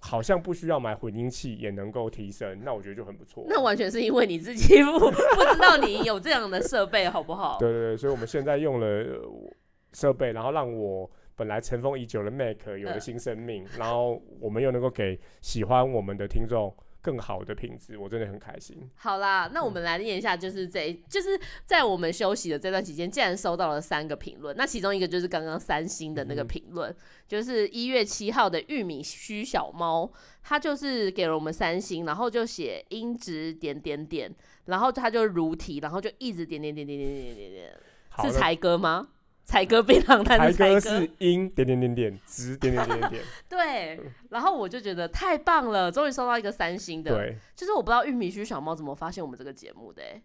好像不需要买混音器也能够提升，那我觉得就很不错。
那完全是因为你自己不 不知道你有这样的设备，好不好？
对对对，所以我们现在用了呃我设备，然后让我本来尘封已久的 Mac 有了
嗯
新生命，然后我们又能够给喜欢我们的听众更好的品质，我真的很开心。
好啦，那我
嗯
们来念一下，就是这一，就是在我们休息的这段期间，竟然收到了三个评论。那其中一个就是刚刚三星的那
嗯
个评论，就是一月七号的玉米须小猫，他就是给了我们三星，然后就写音质点点点，然后他就如题，然后就一直点点点点点点点点，
好
是
的，
才哥吗？才哥槟榔摊的
台
才
哥是音点点点点，直点点点 点点，
对，然后我就觉得太棒了，终于收到一个三星的。
对，
就是我不知道玉米须小猫怎么发现我们这个节目的、欸，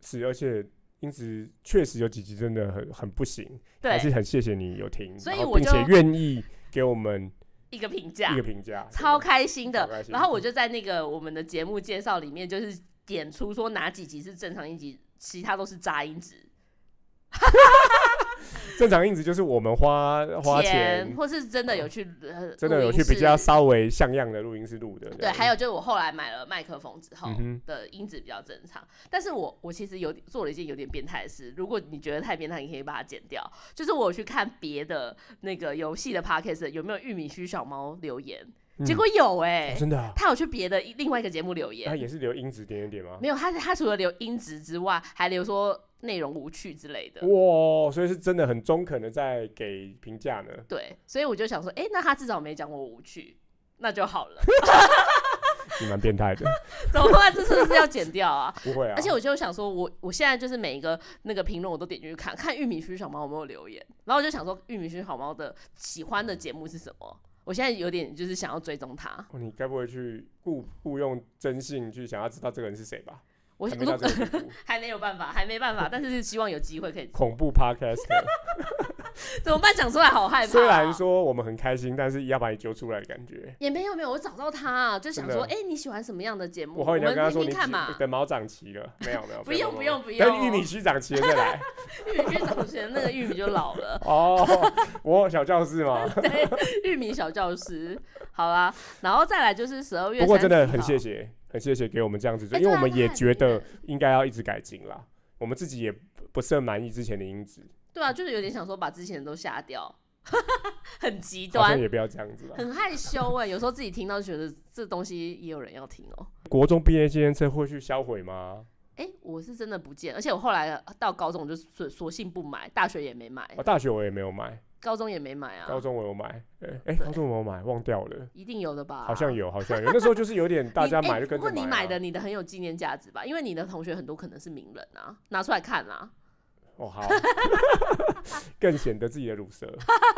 是，而且音质确实有几集真的很很不行，还
对，
是很谢谢你有听，
所
然
以
后
我
并且
就
愿意给我们
一个评价
一个，评价，
超
对
开心
超
的
开。心
然后我就在那个我们的节目介绍里面，就是点出说哪几集是正常音集，其他都是杂音值，
正常音质就是我们花花钱，嗯
或是真的有去、呃
真的有去比较。稍微像样的录音室录的，这
录音室对，
样
还有就是我后来买了麦克风之后
嗯哼
的音质比较正常，但是我我其实有点做了一件有点变态的事，如果你觉得太变态，你可以把它剪掉。就是我有去看别的那个游戏的 podcast 有没有玉米须小猫留言，
嗯
结果有哎、
哦真的、啊，
他有去别的另外一个节目留言
他，也是留音质点点点吗？
没有，他他除了留音质之外，还留说内容无趣之类的。
哇，所以是真的很中肯的在给评价呢。
对，所以我就想说，诶，那他至少没讲我无趣，那就好了。
你蛮变态的，
怎么办？这是不是要剪 掉啊？
不会啊。
而且我就想说我，我现在就是每一个那个评论我都点进去看看玉米须小猫有没有留言，然后我就想说，玉米须小猫的喜欢的节目是什么？我现在有点就是想要追踪他。
哦你该不会去雇雇用征信去想要知道这个人是谁吧？
我
还没到
如
这个地步
还没有办法，还没办法，但是希望有机会可以。
恐怖 podcast，
怎么办？讲出来好害怕、啊。
虽然说我们很开心，但是要把你揪出来的感觉。
也没有没有，我找到他、啊，就想
真的
说，哎、你喜欢什么样的节目？
我后来你要
嗯们
跟他说
听
你
听看嘛
几。等毛长齐了，没有没有，
不用不用不用
等玉米须长齐了再来。
玉米去早前那个玉米就老了，
哦，我小教室嘛。
对，玉米小教师，好啦，然后再来就是十二月，
不过真的很谢。谢，很谢谢给我们这样子做，
哎
因为
对
我
啊
们
对啊
也
很
觉
惊
得
人
应该要一直改进啦。我们自己也不甚满意之前的音质，
对啊，就是有点想说把之前的都下掉， 很极
好像
端，
也不要这样子啦。
啊很害羞哎、有时候自己听到就觉得这东西也有人要听哦、
国中毕业纪念册会去销毁吗？
哎、我是真的不见，而且我后来到高中我就索索性不买，大学也没买，
我哦大学我也没有买，
高中也没买哎啊，
啊高中我有买，哎、哎，高中我有买，忘掉了，
一定有的吧？
好像有，好像有。那时候就是有点大
啊你
家
欸
买就跟
不过
着
你
买
买
啊
的，你的很有纪念价值吧？因为你的同学很多可能是名人啊，拿出来看啦、
哦，好，更显得自己的乳蛇，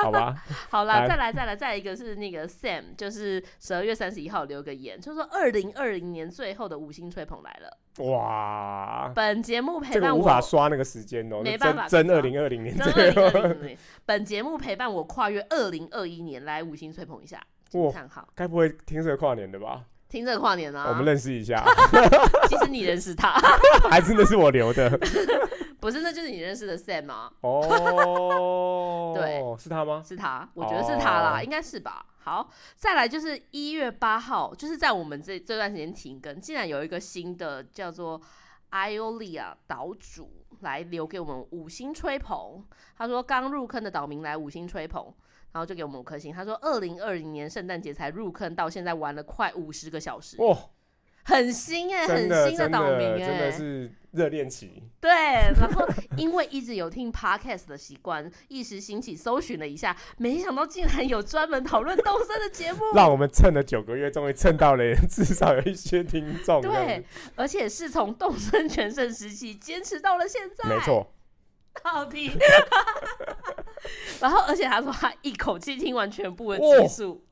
好吧？
好啦，
来
再来再来再来一个是那个 Sam，就是十二月三十一号留个言，就说二零二零年最后的五星吹捧来了。
哇，
本节目陪
这个
伴
无
我
法。刷那个时间哦、
没
那
办法
真真
没
二
办
零二零年
真二
这
零
个
二零年， 本节目陪伴我跨越二零二一年，来五星吹捧一下，
哇
惊叹号！
该不会听这个跨年的吧？
听这个跨年
我
啊
们，认识一下，
其实你认识他，
还真的是我留的
不是？那就是你认识的 Sam 啊，
哦。
对，
是他吗？
是他，我觉得是他啦，
哦
应该是吧。好，再来就是一月八号，就是在我们这这段时间停更，竟然有一个新的叫做艾欧利亚岛主来留给我们五星吹捧。他说刚入坑的岛民来五星吹捧，然后就给我们五颗星。他说二零二零年圣诞节才入坑，到现在玩了快五十个小时，
哇，
很新哎、
哦真
很
的
新的
真
岛民
的
哎、
真的是热恋期，
对，然 后因为一直有听 podcast 的习惯，一时兴起搜寻了一下，没想到竟然有专门讨论动森的节目。
让我们蹭了九个月，终于蹭到了至少有一些听众。这样
对
子，，
而且是从动森全盛时期坚持到了现在，
没，错，
到底。然后，而且他说他一口气听完全部的集数，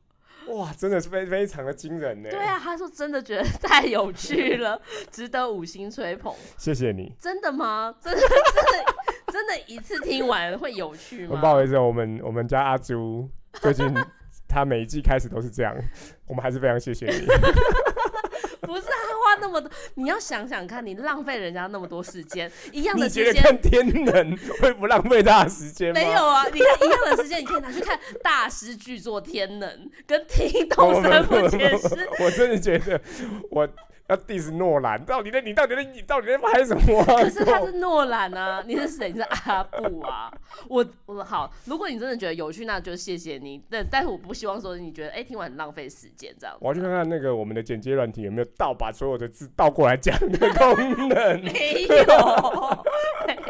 哇，真的是非非常的惊人呢。
对啊，他说真的觉得太有趣了，值得五星吹捧。
谢谢你。
真的吗？真的真的真的一次听完会有趣
很
吗
不？好意思哦，我们我们家阿朱最近他每一季开始都是这样，我们还是非常谢谢你。
不是他花那么多，你要想想看，你浪费人家那么多时间，一样的
你觉得
时间。
看天能 会不浪费他的时间吗？
没有啊，你看一样的时间，你可以拿去看大师剧作《天能》跟听 动神不解释。
哦我真的觉得我要 diss 诺兰，到底在你到底在你到底在拍什么啊、
可是他是诺兰啊，你是谁？你是阿布啊？我我好，如果你真的觉得有趣，那就谢谢你。但但是我不希望说你觉得哎、听完很浪费时间这样。
我要去看看那个我们的剪接软体有没有倒把所有的字倒过来讲的功能。
没有，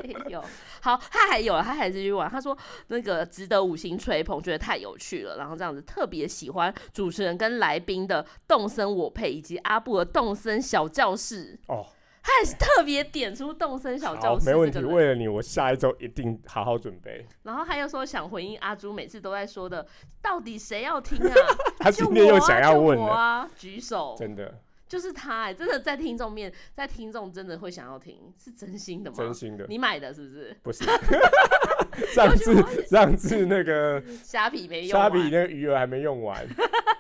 没有。好，他还有，他还是去玩。他说那个值得五星吹捧，觉得太有趣了。然后这样子特别喜欢主持人跟来宾的动森我配以及阿布的动森小教室。
哦，
他还是特别点出动森小
好
教，室
没问
这
题。
个人。
为了你，我下一周一定好好准备。
然后他又说想回应阿朱每次都在说的，到底谁要听啊？
他
就
今
我
天又
啊，
想要
就
问
我
了，
啊，举手，
真的，
就是他、哎，真的在听众面，在听众真的会想要听，是真心的吗？
真心的，
你买的是不是？
不 是。上
我
次上次那个
虾皮没用
虾
完。
比那个余额还没用 完，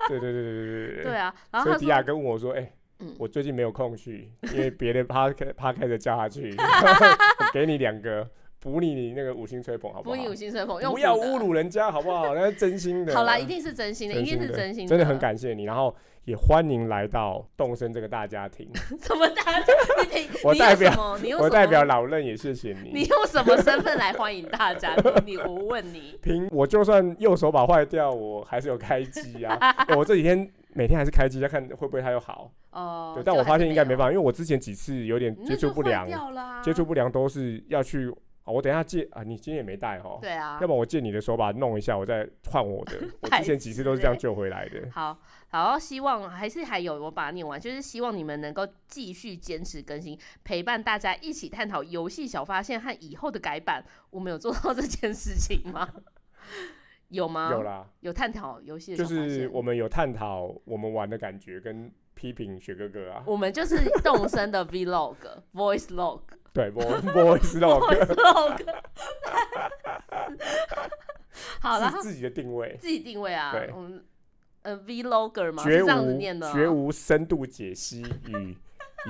对对对对对
对。啊，然
所以
后他
迪
说
亚跟我说：“哎、
嗯
我最近没有空去，因为 别的趴开趴开着叫他去，我给你两个补你你那个五星吹捧，好
不
好？
你五星吹捧，用
不要
补的
侮。辱人家，好不好？那是真心的。
好啦，一定是真心的，一定是真心的，
真的很。感谢你，然后也欢迎来到动身这个大家庭。
怎么大家？你你
我
你
代
用
表
什么？你用什
我
么？
代表老任也谢谢
你
你。
用什么身份来欢迎大家？你你我问 你，
凭我就算右手把坏掉，我还是有开机 啊。哎我这几天每天还是开机，要看会不会它又好。
哦
对，，但我发现应该没
法
办法，因为我之前几次有点接触不良，啊接触不良都是要去啊，我等一下借啊，你今天也没带哦，
对啊
要。不然我借你的手把它弄一下，我再换我 的。我之前几次都是这样救回来的。
好，好，希望还是还有我把它念完，就是希望你们能够继续坚持更新，陪伴大家一起探讨游戏小发现和以后的改版。我们有做到这件事情吗？有吗？
有啦，
有探讨游戏的
就
小发
是
现
我们有探讨我们玩的感觉跟批评雪哥哥啊，
我们就是动身的 vlog、voice log、
对，vo- voice log
voice log。好了
是，自己的定位，
自己定位啊
对，
我们呃 vlogger 嘛，
绝
是这样子念的
无
啊、
绝无深度解析与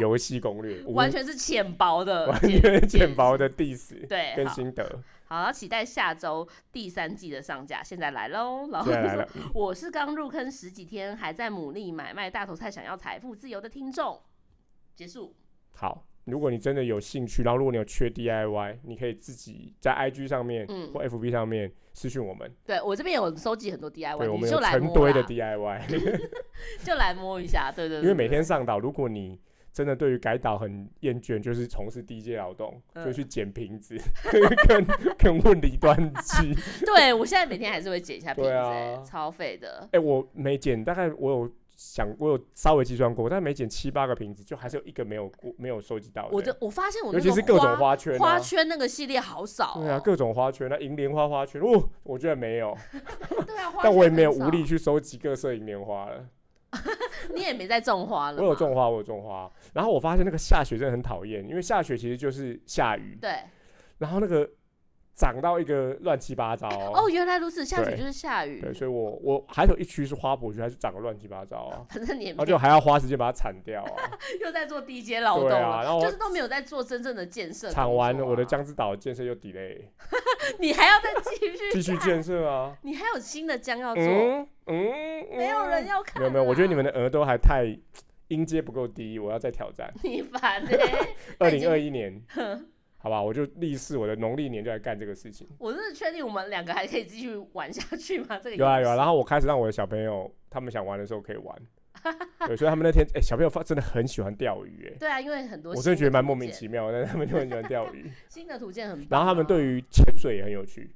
游戏攻略，无
完全是浅薄的，
完
简
全
简
浅薄的 diss
对，
跟
好，
心得，
好，期待下周第三季的上架，现在来喽。然后
接下来
说，
了，
我是刚入坑十几天，还在努力买卖大头菜，想要财富自由的听众。结束，
好，如果你真的有兴趣，然后如果你有缺 DIY，你可以自己在 IG 上面
嗯，
或 FB 上面私讯我们，
对我这边有收集很多 DIY，
对我
你
们
就
有
来
成
摸
堆的
啦，
DIY。
就来摸一下，对对对，
因为每
对
天上岛，如果你真的对于改岛很厌倦，就是从事低阶劳动，
嗯
就去捡瓶子 跟跟问离端 机。
对我现在每天还是会剪一下瓶子、
对啊
欸超废的。
哎、我没捡，大概我有想，我有稍微计算过，但没捡七八个瓶子，就还是有一个没有过没有收集到的。
我就我发现我那
尤
个
其是各种
花
花圈、啊，
花圈那个系列好少、哦，
对啊，各种花圈，那银莲花花圈，哦，我居然没有。
对啊，花
但
圈
我也没有
很少
无力，去收集各色银莲花了。
你也没在种花了，
我有，种花，我有种花。然后我发现那个下雪真的很讨厌，因为下雪其实就是下雨，
对，
然后那个长到一个乱七八糟。
哦，原来如此，下雪
对
就是下雨
对，，所以我我还有一区是花圃区，还是长得乱七八糟啊，
反正你也
然
没
后就还要花时间把它铲掉啊。
又在做低阶劳动
对啊然
了，
后
就是都没有在做真正的建设工作啊，
铲完我的江之岛建设又 delay，
你还要再继续
继续建设啊。
你还有新的江要做，
嗯嗯，
没有人要看，啊
没有没有，我觉得你们。的额都还太音阶不够低，我要再挑战。
你烦欸那
二
已经
零二一 年，好吧，我就立誓我的农历年就来干这个事情。
我真的确定我们两个还可以继续玩下去吗？这个
有啊有啊，
游戏
然后我开始让我的小朋友他们想玩的时候可以玩。对，所以他们那天，哎、小朋友发真的很喜欢钓鱼、哎，
对啊，因为很多
我真的
新
觉得蛮
图
莫名
鉴
其妙的，但 他们就很喜欢钓 鱼。
新的图鉴很棒啊、
然后他们对于潜水也很有趣，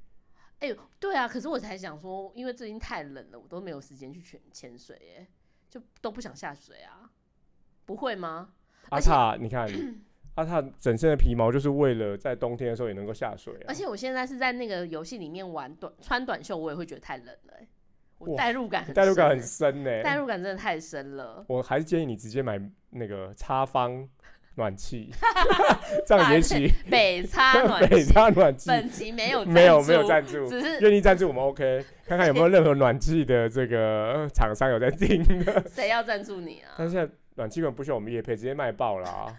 哎、对啊，可是我才想说，因为最近太冷了，我都没有时间去潜潜水、耶，就都不想下水啊。不会吗？
阿
而且
塔， 你看，阿塔整身的皮毛就是为了在冬天的时候也能够下水啊
而。且我现在是在那个游戏里面玩短穿短袖，我也会觉得太冷了、耶我
哇
代入感很
代入感
深
很深欸呢、
耶代入感真的太 深了。
我还是建议你直接买那个插方暖 气， 这样
啊
也许
北差 暖
北
气，
插暖气
本集没有
没有
赞
没有
助
赞助，
只是
愿意赞助我们 OK，看 看有没有任何暖气的这个呃厂商有在订的。
谁要赞助你啊？
但现在暖气根本不需要我们夜配，直接卖爆啦、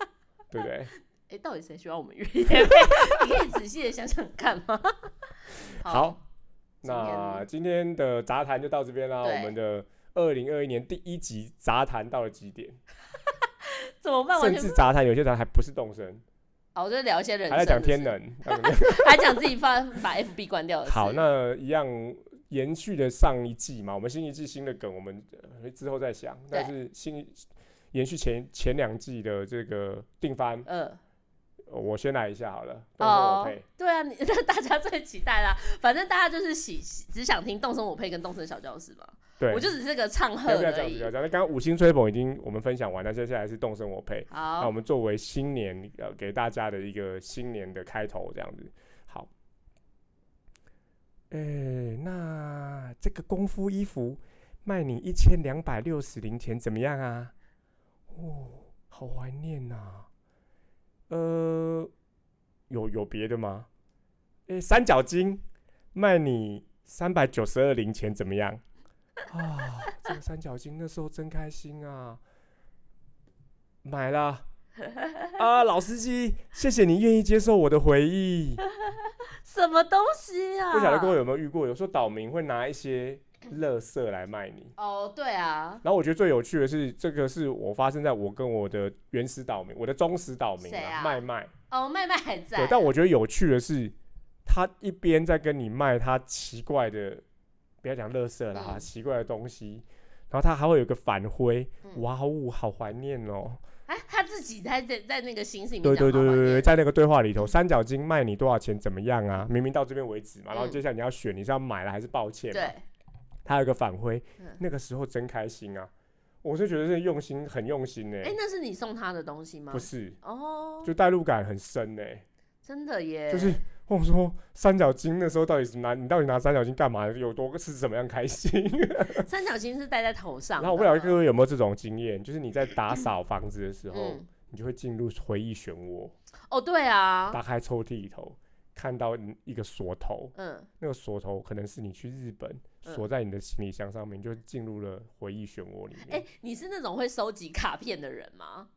对不对？
哎、到底谁需要我 们约夜配？你可以仔细的想想看吗？
好，
今天
那今天的杂谈就到这边啦。
对
我们的二零二一年第一集杂谈到了极点，
怎么办？完
甚
全
至杂谈有些杂谈还不是动身，
哦，我就聊一些人生
还
的
在
事，
讲天能。那怎么样
还讲自己放把 FB 关掉的事。
好，那一样延续的上一季嘛，我们新一季新的梗，我们呃之后再想。但是新一延续前前两季的这个定番，
呃，
呃我先来一下好了，动身我
哦
配。，
对啊，你 那大家最期待啦。反正大家就是喜喜只想听动身我配跟动身小教室嘛。
对，
我就只是个唱和
要不要
而
讲？不
已
要。讲。那刚刚五星吹捧已经我们分享完，那接下来是动身我配。那我
好，
们作为新年呃给大家的一个新年的开头，这样子好。呃，那这个功夫衣服卖你一千两百六十零钱怎么样啊？哦，好怀念呐、呃，有有别的吗？诶，三角巾卖你三百九十二零钱怎么样？啊，这个三角巾那时候真开心啊！买啦！啊，老司机，谢谢你愿意接受我的回忆。
什么东西啊？
不晓得各位有没有遇过，有时候岛民会拿一些乐色来卖你。
哦，对啊，
然后我觉得最有趣的是，这个是我发生在我跟我的原始岛民，我的忠实岛民
谁啊
麦麦。
哦，麦麦还在
对，，但我觉得有趣的是，他一边在跟你卖他奇怪的，不要讲乐色啦，
嗯
奇怪的东西，然后他还会有个反馈，
嗯
哇哦，好怀念哦。
哎、他自己在在在那个形式里面
对
讲
对对
好
对
吧
对，在那个对话里头，三角巾卖你多少钱怎么样啊？明明到这边为止嘛，然后
嗯
接下来你要选你是要买了还是抱歉？，
对，
他有一个反馈
嗯，
那个时候真开心啊！我是觉得是用心，很用心呢
哎、，那是你送他的东西吗？
不，是，
哦，
就代入感很深呢。
真的耶，
就是我说三角巾那时候到底是拿你到底拿三角巾干嘛？有多是怎么样开心？
三角形是戴在头上 的，
然后我不晓得各位有没有这种经验，就是你在打扫房子的时候，
嗯，
你就会进入回忆漩涡，
哦，对啊，
打开抽屉里头看到一个锁头。
嗯，
那个锁头可能是你去日本
嗯
锁在你的行李箱上面，就进入了回忆漩涡里
哎、
面。
你是那种会收集卡片的人吗？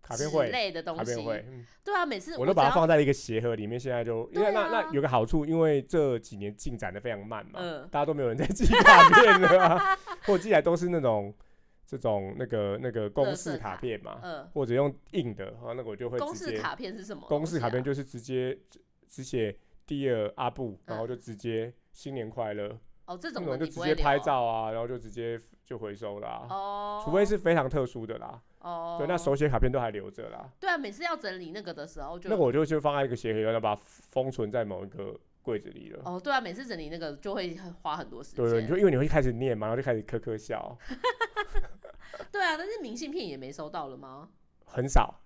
卡片
之
会，
类的东
卡
西
片，会，嗯
对啊，每次
我
只
都把它
要，
放在一个鞋盒里面。现在就因为
对
那
啊
那有个好处，因为这几年进展的非常慢嘛，
嗯
大家都没有人在寄卡片了啊， 或者寄来都是那种这种那个那个公
垃
式
圾
卡
卡
片嘛，
嗯，
或者用印的，啊，那个我就会
公
直
式
接
卡啊片是什么、
公式卡片，就是直接只只写 Dear 阿布，然后
嗯
就直接新年快乐。
哦，这
这
种
种
的
就
你
直
不会
接
留
拍照啊，然后就直接就回收啦、
哦，
除非是非常特殊的啦。
哦，
对，那手写卡片都还留着啦，
对啊，每次要整理那个的时候就
那个我就就放在一个鞋盒，然后把它封存在某一个柜子里了。
哦，对啊，每次整理那个就会很花很多时间。
对对，你就因为你会开始念嘛，然后就开始咳咳笑，
对啊，但是明信片也没收到了吗？
很少。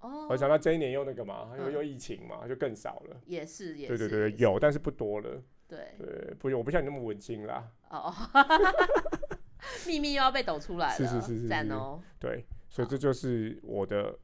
哦
我，想到这一年又那个嘛，又
嗯
又疫情嘛，就更少了。
也是，也
对
是，
对对，
也是
有，但是不多了。
对
对，不，我不像你那么文青啦。
哦， 秘密又要被抖出来了，
是是是是是
赞哦，
对，所以
好
这就是我的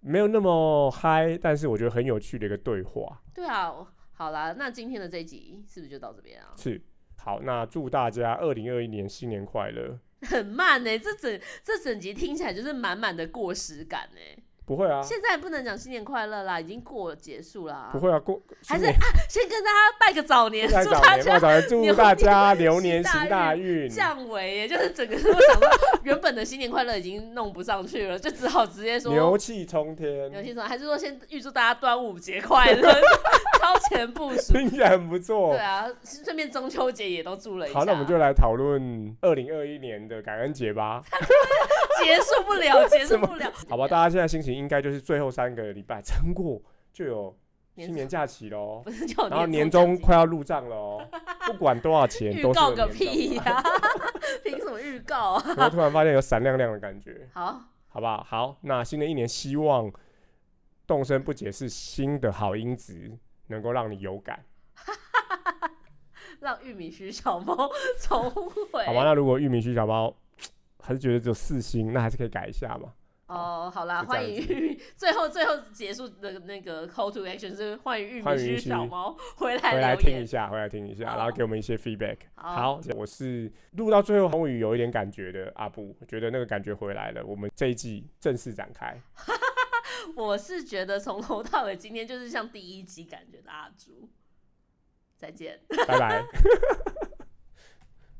没有那么嗨，但是我觉得很有趣的一个对话。
对啊，我好啦，那今天的这一集是不是就到这边啊？
是，好，那祝大家二零二一年新年快乐。
很慢呢、这整这整集听起来就是满满的过时感呢、
不会啊，
现在不能讲新年快乐啦，已经过结束啦
不。会啊，过新
还是
年
先跟大家拜个早年，
拜
祝
早
大
年，
家
拜早年，祝
牛
大
年
家牛
行
年
大
行大
运
运。
降维耶，就是整个我想到原本的新年快乐已经弄不上去了，就只好直接说
牛气冲
牛
天，
先生，还是说先预祝大家端午节快乐， 超前部署。
听起来很不错
对。啊，顺便中秋节也都祝了一下。
哦好，那我们就来讨论二零二一年的感恩节吧，
结束不了，结束不了。
好吧？大家现在心情应该就是最后三个礼拜撑过就有
年
新年假期喽，
不是叫
然后年终快要入账喽，不管多少钱
预
都是
告
有
个
年
屁
终啊
呀、凭什么预告啊？
然后突然发现有闪亮亮的感觉。
好，
好不好？好，那新的一年希望动身不解是新的好音质，能够让你有感，
让玉米须小猫 重回
好。吧？那如果玉米须小包还是觉得只有四星，那还是可以改一下嘛。
哦，好啦，
就这样
欢迎玉，最后最后结束的那个 call to action 是欢迎玉米
欢迎
须
玉
小
米
猫
回
回来
来
留
听一
言。
下，回来听一下，
好
然后给我们一些 feedback。
好
好，我是录到最后，终于有一点感觉的阿布，我觉得那个感觉回来了。我们这一季正式展开，
我是觉得从头到尾今 天就是像第一集感觉的阿朱，再见。
拜拜。